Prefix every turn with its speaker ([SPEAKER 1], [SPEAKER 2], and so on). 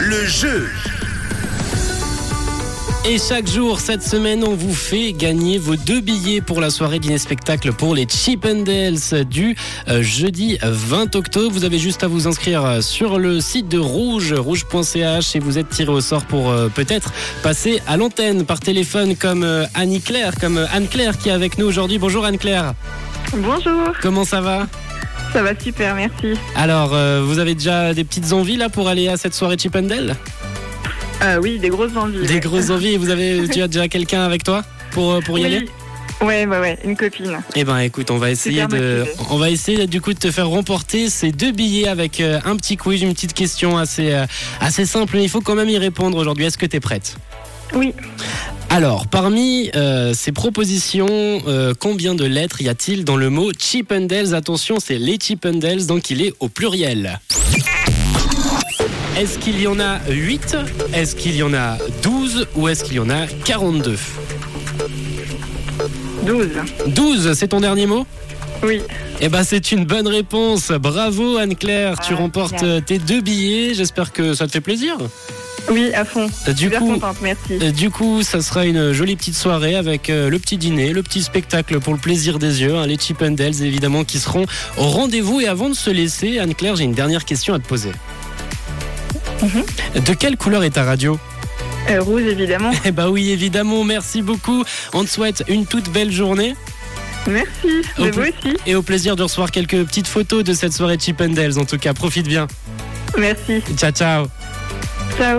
[SPEAKER 1] le jeu.
[SPEAKER 2] Et chaque jour, cette semaine, on vous fait gagner vos deux billets pour la soirée dîner spectacle pour les Chip and Dales du euh, jeudi 20 octobre. Vous avez juste à vous inscrire euh, sur le site de Rouge, rouge.ch, et vous êtes tiré au sort pour euh, peut-être passer à l'antenne par téléphone comme euh, Annie Claire, comme euh, Anne-Claire qui est avec nous aujourd'hui. Bonjour Anne-Claire,
[SPEAKER 3] Bonjour,
[SPEAKER 2] comment ça va
[SPEAKER 3] ça va super, merci.
[SPEAKER 2] Alors, euh, vous avez déjà des petites envies là pour aller à cette soirée Chip and Dale
[SPEAKER 3] Euh, oui, des grosses envies.
[SPEAKER 2] Des
[SPEAKER 3] ouais.
[SPEAKER 2] grosses envies, vous avez, tu as déjà quelqu'un avec toi pour, euh, pour y
[SPEAKER 3] Oui.
[SPEAKER 2] aller
[SPEAKER 3] Ouais, ouais, ouais, une copine.
[SPEAKER 2] Eh ben écoute, on va essayer
[SPEAKER 3] Super
[SPEAKER 2] de,
[SPEAKER 3] motivée.
[SPEAKER 2] on va essayer du coup de te faire remporter ces deux billets avec euh, un petit quiz, une petite question assez, euh, assez simple, mais il faut quand même y répondre aujourd'hui. Est-ce que t'es prête
[SPEAKER 3] Oui,
[SPEAKER 2] Alors, parmi euh, ces propositions, euh, combien de lettres y a-t-il dans le mot Chippendales Attention, c'est les Chippendales, donc il est au pluriel. Est-ce qu'il y en a 8 Est-ce qu'il y en a 12 Ou est-ce qu'il y en a 42
[SPEAKER 3] 12.
[SPEAKER 2] 12, c'est ton dernier mot
[SPEAKER 3] Oui,
[SPEAKER 2] Eh ben, c'est une bonne réponse. Bravo Anne-Claire, tu
[SPEAKER 3] Ah,
[SPEAKER 2] remportes
[SPEAKER 3] génial.
[SPEAKER 2] euh, tes deux billets. J'espère que ça te fait plaisir.
[SPEAKER 3] oui, à fond.
[SPEAKER 2] Euh, Du
[SPEAKER 3] super
[SPEAKER 2] coup,
[SPEAKER 3] contente, merci.
[SPEAKER 2] euh, du coup, ça sera une jolie petite soirée avec euh, le petit dîner, le petit spectacle pour le plaisir des yeux. hein, les Chip and Dales, évidemment, qui seront au rendez-vous. Et avant de se laisser, Anne-Claire, j'ai une dernière question à te poser. De quelle couleur est ta radio
[SPEAKER 3] Euh, rouge, évidemment.
[SPEAKER 2] Eh ben oui, évidemment, merci beaucoup. On te souhaite une toute belle journée
[SPEAKER 3] Merci,
[SPEAKER 2] Au
[SPEAKER 3] de vous
[SPEAKER 2] plus.
[SPEAKER 3] aussi.
[SPEAKER 2] et au plaisir de recevoir quelques petites photos de cette soirée Chip and Dales. En tout cas, profite bien.
[SPEAKER 3] Merci,
[SPEAKER 2] Ciao, ciao.
[SPEAKER 3] ciao.